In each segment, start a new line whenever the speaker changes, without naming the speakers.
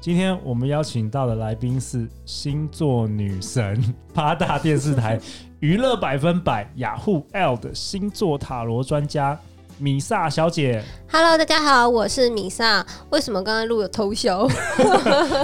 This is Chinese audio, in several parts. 今天我们邀请到的来宾是星座女神、 八大电视台娱乐百分百、雅虎 L 的星座塔罗专家米萨小 姐。
Hello，大家好，我是米萨。为什么刚刚录有偷笑？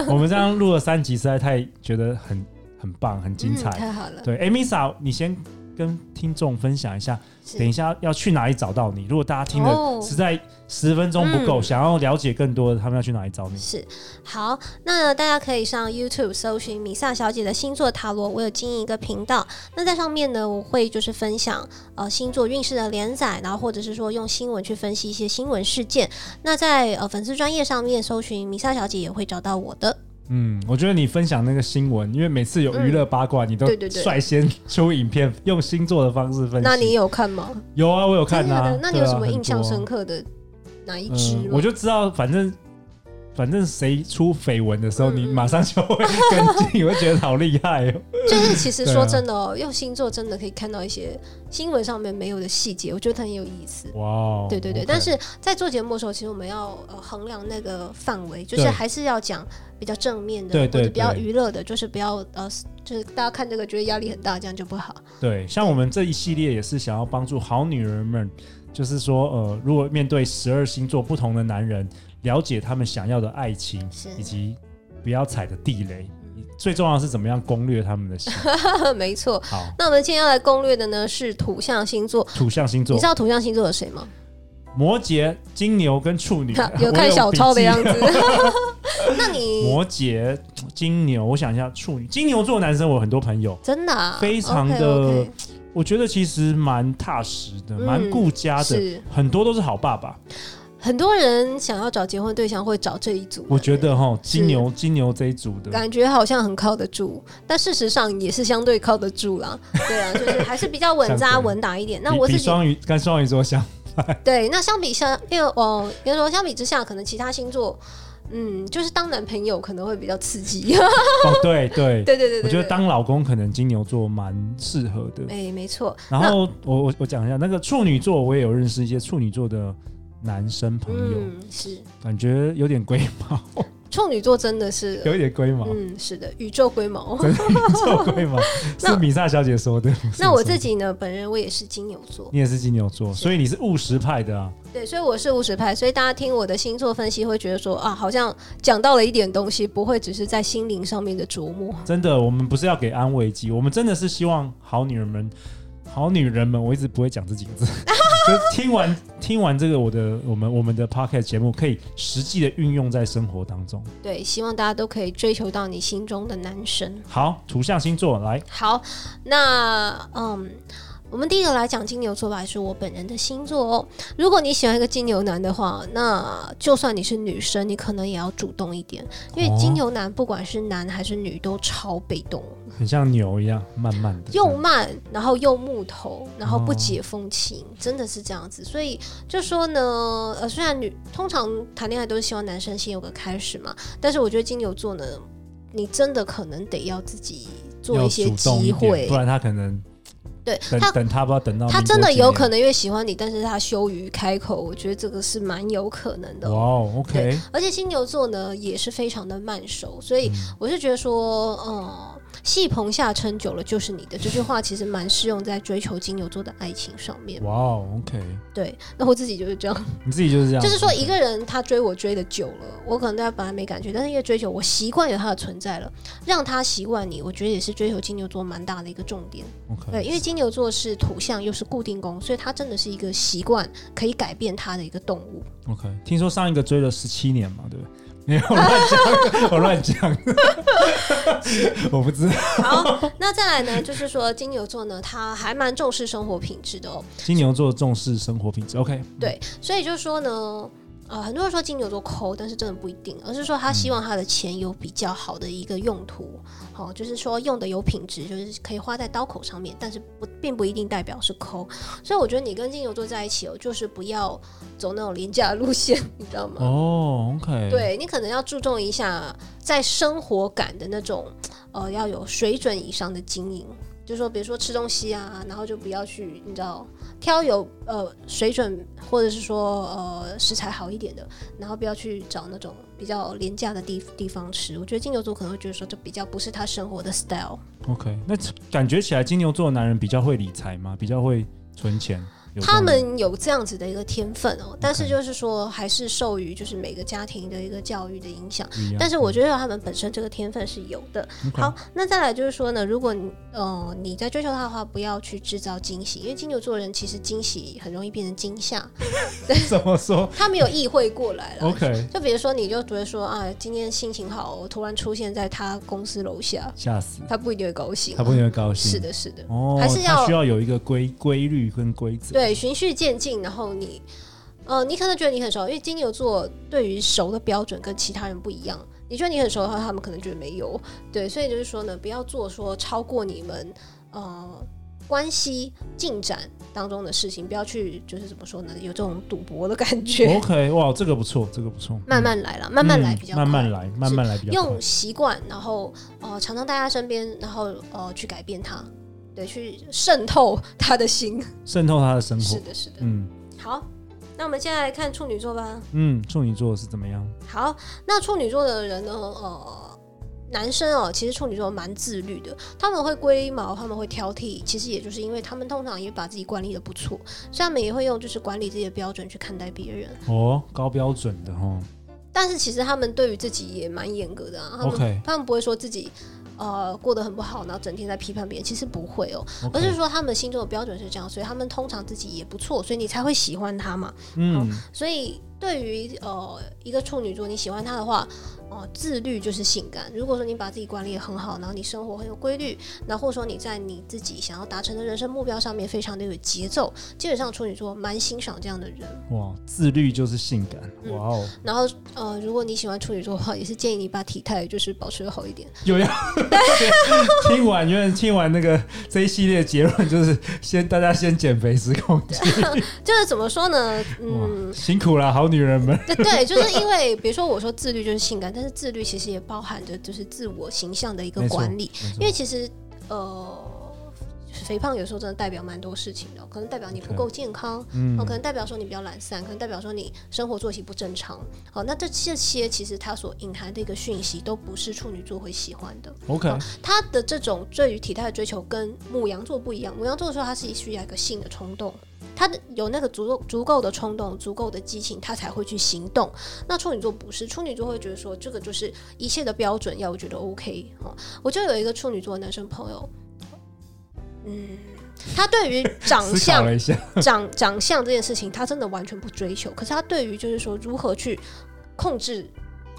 我们这样录了三集，实在太觉得很很棒，很 精彩。
嗯太好了。
对，哎、米萨，你先跟听众分享一下，
是
等一下要去哪里找到你？如果大家听了
哦
实在十分钟不够，
嗯
想要了解更多的，他们要去哪里找你？
是好，那大家可以上 YouTube 搜寻米萨小姐的星座塔罗，我有经营一个频道。那在上面呢，我会就是分享呃星座运势的连载，然后或者是说用新闻去分析一些新闻事件。那在呃粉丝专业上面搜寻米萨小姐也会找到我的。
嗯，我觉得你分享那个新闻，因为每次有娱乐八卦，你都
嗯对对对
率先出影片，用星座的方式分析。
那你有看吗？
有啊？我有看
真的假
啊
的。那你有
对啊
什么印象深
很多
刻的哪一
嗯
支吗？
我就知道，反正反正谁出绯闻的时候，
嗯
你
嗯
马上就会 跟进，你会觉得好厉害哦。
就是其实
对啊
说真的哦，用星座真的可以看到一些新闻上面没有的细节，我觉得很有意思。
哇哦！
对对对
OK
但是在做节目的时候，其实我们要呃衡量那个范围，就是
对
还是要讲比较正面的，
对对
或者比较
对
娱乐的，就是不要呃，就是大家看这个觉得压力很大，这样就不好。
对，像我们这一系列也是想要帮助好女人们，就是说，呃，如果面对十二星座不同的男人，了解他们想要的爱情，
是嗯
以及不要踩的地雷。最重要的是怎么样攻略他们的 心。
没错。
好，
那我们今天要来攻略的呢是土象星座，
土象星
你
座
知，道土象星座有 谁吗？
摩羯、金牛跟处
。
女
有看小抄的样
子。
子。 那你
摩羯、金牛，我想一下，处女、金牛座男生，我很多朋友，
真的、啊、
非常
o
的我觉得其实蛮踏实的，
嗯
蛮顾
k
家的，
是
很多都是好爸爸。
很多人想要找结婚对象会找这一组，
我觉得哈，
是
金牛金牛这一组的，
感觉好像很靠得住，但事实上也是相对靠得 住啦。对啊，就是还是比较稳
相
扎
对
稳打一点。那
比
我自
比
己
双鱼跟双鱼座相，
对，那相比相，因为哦，比如说相比之下，可能其他星座，嗯，就是当男朋友可能会比较 刺激。
哦，对对，
对对对对，
我觉得
对
当老公可能金牛座蛮适合的。
哎、没错，
然后我我我讲一下那个处女座，我也有认识一些处女座的男生朋友，
嗯，是
感觉有点龟毛，
处女座真的是，
有一点龟毛，
嗯，是的，宇宙龟毛。
真的宇宙龟毛，
那
是米莎小姐说的。
那我自
己，
己呢，本人我也是金牛座，
你也是金牛座，所以你是务实派的啊。
对，所以我是务实派，所以大家听我的星座分析会觉得说啊，好像讲到了一点东西，不会只是在心灵上面的琢磨。
真的，我们不是要给安慰剂，我们真的是希望好女人们、好女人们，我一直不会讲这几个 字，就是听完听完这个我的我们我们的 podcast 节目，可以实际的运用在生活当中。
对，希望大家都可以追求到你心中的男神。
好，图像星座来，
好，那嗯。我们第一个来讲金牛座吧，还是我本人的星座哦。如果你喜欢一个金牛男的话，那就算你是女生，你可能也要主动一点，因
哦
为金牛男不管是男还是女都超被动，
很像牛一样，慢慢的
又慢，然后又木头，然后不
哦
解风情，真的是这样子。所以就说呢，呃，虽然女通常谈恋爱都是希望男生先有个开始嘛，但是我觉得金牛座呢，你真的可能得要自己做
要
一些
主动一
机
点
会
不，然他可能
对
等
他。
等他不知道等到
他
民
真
国
的
几
有
年
可能因为喜欢你，但是他羞于开口，我觉得这个是蛮有可能的哦、
哇哦，OK，
而且金牛座呢也是非常的慢熟，所以
嗯
我是觉得说，呃，戏棚下撑久了就是你的这句话，其实蛮适用在追求金牛座的爱情上面。
哇哦，OK，
对，那我自己就是这样，
你自己就是这样，
就是说一个人他追我追的久了，我可能对他本来没感觉，但是因为追求我习惯有他的存在了，让他习惯你，我觉得也是追求金牛座蛮大的一个重点。
OK，
对，因为金牛座是土象又是固定宫，所以他真的是一个习惯可以改变他的一个动物。
OK，听说上一个追了十七年嘛，对不对？没有乱讲，我乱 讲，我不知道。
好，那再来呢，就是说金牛座呢，他还蛮重视生活品质的哦。
金牛座重视生活品质，OK，
对，所以就是说呢，嗯、呃，很多人说金牛座抠，但是真的不一定，而是说他希望他的钱有比较好的一个用途，好、就是说用的有品质，就是可以花在刀口上面，但是不并不一定代表是抠。所以我觉得你跟金牛座在一起哦，就是不要走那种廉价路线， 你知道吗？
哦，OK，，
对你可能要注重一下在生活感的那种，呃，要有水准以上的经营。就说比如说吃东西啊，然后就不要去，你知道，挑有呃水准或者是说呃食材好一点的，然后不要去找那种比较廉价的地地方吃。我觉得金牛座可能会觉得说这比较不是他生活的 style。
OK，那感觉起来金牛座的男人比较会理财吗？比较会存钱？有这样
他
的
们有这样子的一个天分哦，但是
OK
就是说还是受于就是每个家庭的一个教育的影响。
不一样
但是我觉得他们本身这个天分是有的，
OK
好，那再来就是说呢，如果你呃你在追求他的话，不要去制造惊喜，因为金牛座人其实惊喜很容易变成惊吓，
怎么说
他没有意会过来了。
？OK，
就比如说，你就觉得说啊，今天心情好，我突然出现在他公司楼下，
吓死，
他不一定会高兴。啊
他不一定会高兴。
是，的，是的，
哦，
还是要
他需要有一个规规律跟规则。
对，循序渐进，然后你。呃，你可能觉得你很熟，因为金牛座对于熟的标准跟其他人不一样。你觉得你很熟的话，他们可能觉得没有。对，所以就是说呢，不要做说超过你们呃关系进展当中的事情，不要去就是怎么说呢，有这种赌博的感觉。
OK，哇，这个不错，这个不错。
慢慢来啦，慢慢来
哦嗯
比较快、
慢慢来，慢慢来比较快
用。习惯，然后呃常常待在他身边，然后呃去改变他，对，去渗透他的心。
渗透他的生
是
活。
的，是的。
嗯
好，那我们现在来看处女座吧。
嗯，处女座是怎么样？
好，那处女座的人呢？呃，男生哦，其实处女座蛮自律的，他们会龟毛，他们会挑剔，其实也就是因为他们通常也把自己管理的不错，所以他们也会用就是管理自己的标准去看待别人。
哦，高标准的哦。
但是其实他们对于自己也蛮严格的啊，他们
OK
他们不会说自己。呃，过得很不好，然后整天在批判别人，其实不会哦，而是
OK，
说他们心中的标准是这样，所以他们通常自己也不错，所以你才会喜欢他嘛。
嗯，
所以对于呃一个处女座，你喜欢他的话，哦、自律就是性感。如果说你把自己管理得很好，然后你生活很有规律，那或者说你在你自己想要达成的人生目标上面非常的有节奏，基本上处女座蛮欣赏这样的人。
哇，自律就是性感。
嗯
哇哦，
然后呃，如果你喜欢处女座的话，也是建议你把体态就是保持的好一点。
有呀， 听完，原来听完那个这一系列结论就是先大家先减肥十公斤，
就是怎么说呢？嗯，
哇，辛苦了，好女人们。
对对，就是因为比如说我说自律就是性感，但是自律其实也包含着就是自我形象的一个
没错
管理。
没错
因为其实呃，肥胖有时候真的代表蛮多事情的，可能代表你不
OK
够健康，
嗯
哦，可能代表说你比较懒散，可能代表说你生活作息不正常。好，那这这些其实它所隐含的一个讯息，都不是处女座会喜欢的。
OK，
他的这种对于体态的追求跟母羊座不一样，母羊座的时候它是需要一个性的冲动，他的有那个足够足够的冲动、足够的激情，他才会去行动。那处女座不是，处女座会觉得说这个就是一切的标准，要我觉得 OK 哦。我就有一个处女座的男生朋友，嗯，他对于长
思考
相
了一下，
长长相这件事情，他真的完全不追求。可是他对于就是说如何去控制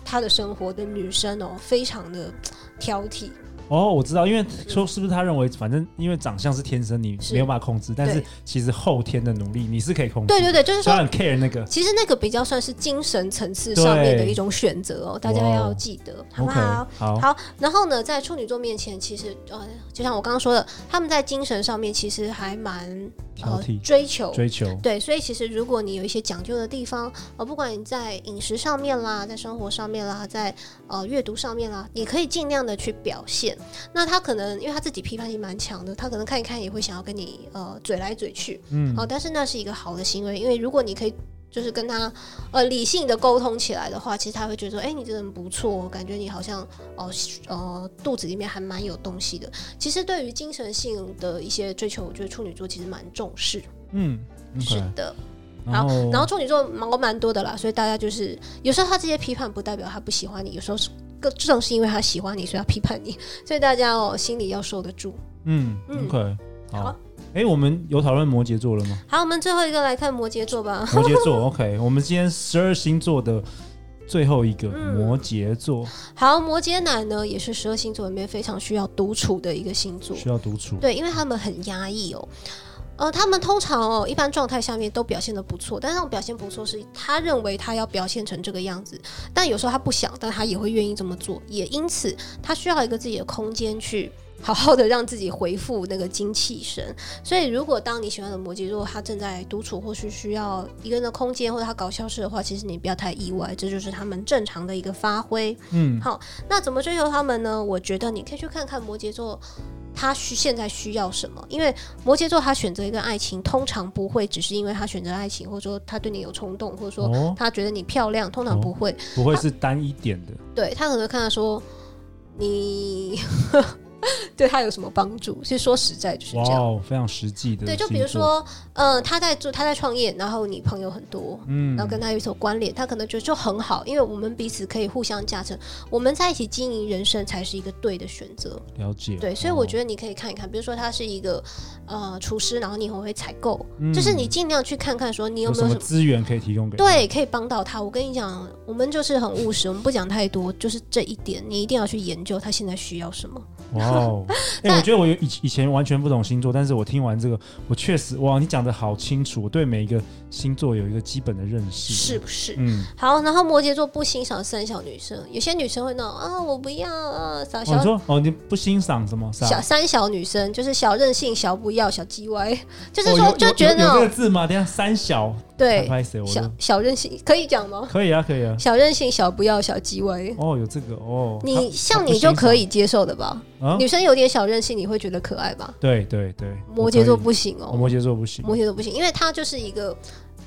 他的生活的女生哦，非常的挑剔。
哦，我知道，因为说是不是他认为，反正因为长相是天生，你
是
没有办法控制，但是其实后天的努力你是可以控制。
对对，对，就是
所以
说，
很 care 那个。
其实那个比较算是精神层次上面的
对
一种选择哦，大家
哇哦
要记得，好不
OK，
好？
好
好，然后呢，在处女座面前，其实呃，就像我刚刚说的，他们在精神上面其实还蛮
挑
呃
剔
追求。
追求，
对，所以其实如果你有一些讲究的地方，呃，不管你在饮食上面啦，在生活上面啦，在呃阅读上面啦，也可以尽量的去表现。那他可能因为他自己批判性蛮强的，他可能看一看也会想要跟你呃嘴来嘴去，
嗯
哦，但是那是一个好的行为，因为如果你可以就是跟他呃理性的沟通起来的话，其实他会觉得说，哎、你这人不错，感觉你好像哦呃肚子里面还蛮有东西的。其实对于精神性的一些追求，我觉得处女座其实蛮重视。
嗯
是
，OK，
的，
然后
然后处女座毛蛮多的啦，所以大家就是有时候他这些批判不代表他不喜欢你，有时候是更正是因为他喜欢你，所以他批判你，所以大家哦心里要受得住。
嗯
嗯
，OK，好
好。
哎，我们有讨论摩羯座了 吗？
好，我们最后一个来看摩羯座吧。
摩羯座，OK，我们今天十二星座的最后一个
嗯
摩羯座
好，摩羯男呢也是十二星座里面非常需要独处的一个星座，
需要独处，
对，因为他们很压抑哦。呃，他们通常哦，一般状态下面都表现的不错，但是那种表现不错是他认为他要表现成这个样子，但有时候他不想，但他也会愿意这么做，也因此他需要一个自己的空间去好好的让自己回复那个精气神。所以，如果当你喜欢的摩羯座他正在独处，或是需要一个人的空间，或者他搞消失的话，其实你不要太意外，这就是他们正常的一个发挥。
嗯，
那怎么追求他们呢？我觉得你可以去看看摩羯座。他需现在需要什么？因为摩羯座他选择一个爱情，通常不会只是因为他选择爱情，或者说他对你有冲动，或者说
哦，
他觉得你漂亮，通常不会。
不会是单一点的，
对他可能看他说你 对他有什么帮助？其实说实在 就是这
哇
样。
哦，非常实际的。
对，就比如，说，呃，他在做他在创业，然后你朋友很多，
嗯，
然后跟他有所关联，他可能觉得就很好，因为我们彼此可以互相加成，我们在一起经营人生才是一个对的选择。
了解，
对，所以我觉
得
得你可以看一看，比如说他是一个呃厨师，然后你很会采购，就是你尽量去看看说你
嗯有
有没
什
有
么
什么。
资源可以提供给他，
对，可以帮到他。我跟你讲，我们就是很务实，我们不讲太多，就是这一点，你一定要去研究他现在需要什么。
哇 哦！哎、
那
我觉得我有以以前完全不懂星座，但是我听完这个，我确实哇，你讲的好清楚，我对每一个星座有一个基本的认识。
是，不是？
嗯，
好，然后摩羯座不欣赏三小女生，有些女生会那种啊，我不要啊，傻
哦、
小
你说哦，你不欣赏什么？啥
小三小女生，就是小任性、小不要、小叽歪， 就是
哦
说
有
就
有
觉
有
得那
有这
种
个字吗？等一下三小，
对
拍谁？我
小
就
小任性可以讲吗？
可以啊，可以啊。
小任性、小不要、小叽歪，
哦，有这个哦，
你
他
像你就可以接受的吧？
啊，
女生有点小任性，你会觉得可爱吧？
对对对，
摩羯座
我可以、
不行哦
哦，摩羯座不行，
摩羯座不行，因为他就是一个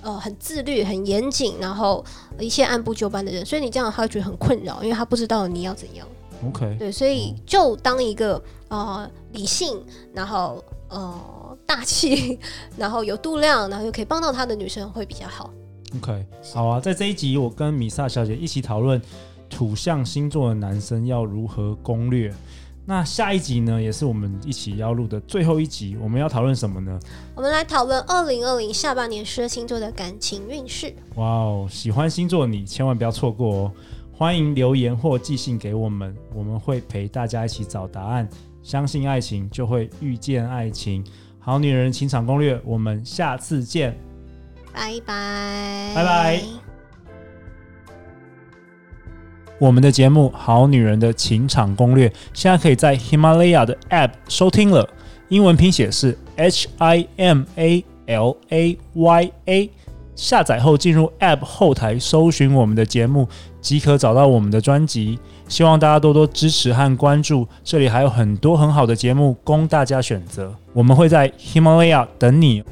呃很自律、很严谨，然后一切按部就班的人，所以你这样他会觉得很困扰，因为他不知道你要怎样。
OK，
对，所以就当一个呃理性，然后呃大气， 然后有度量，然后又可以帮到他的女生会比较好。
OK，好啊，在这一集我跟米萨小姐一起讨论土象星座的男生要如何攻略。那下一集呢，也是我们一起要录的最后一集，我们要讨论什么呢？
我们来讨论二零二零下半年十二星座的感情运势。
哇哦，喜欢星座你千万不要错过哦！欢迎留言或寄信给我们，我们会陪大家一起找答案。相信爱情，就会遇见爱情。好女人情场攻略，我们下次见。
拜拜，
拜拜我们的节目《好女人的情场攻略》现在可以在 Himalaya 的 App 收听了，英文拼写是 H I M A L A Y A。下载后进入 App 后台搜寻我们的节目，即可找到我们的专辑。希望大家多多支持和关注，这里还有很多很好的节目供大家选择。我们会在 Himalaya 等你。哦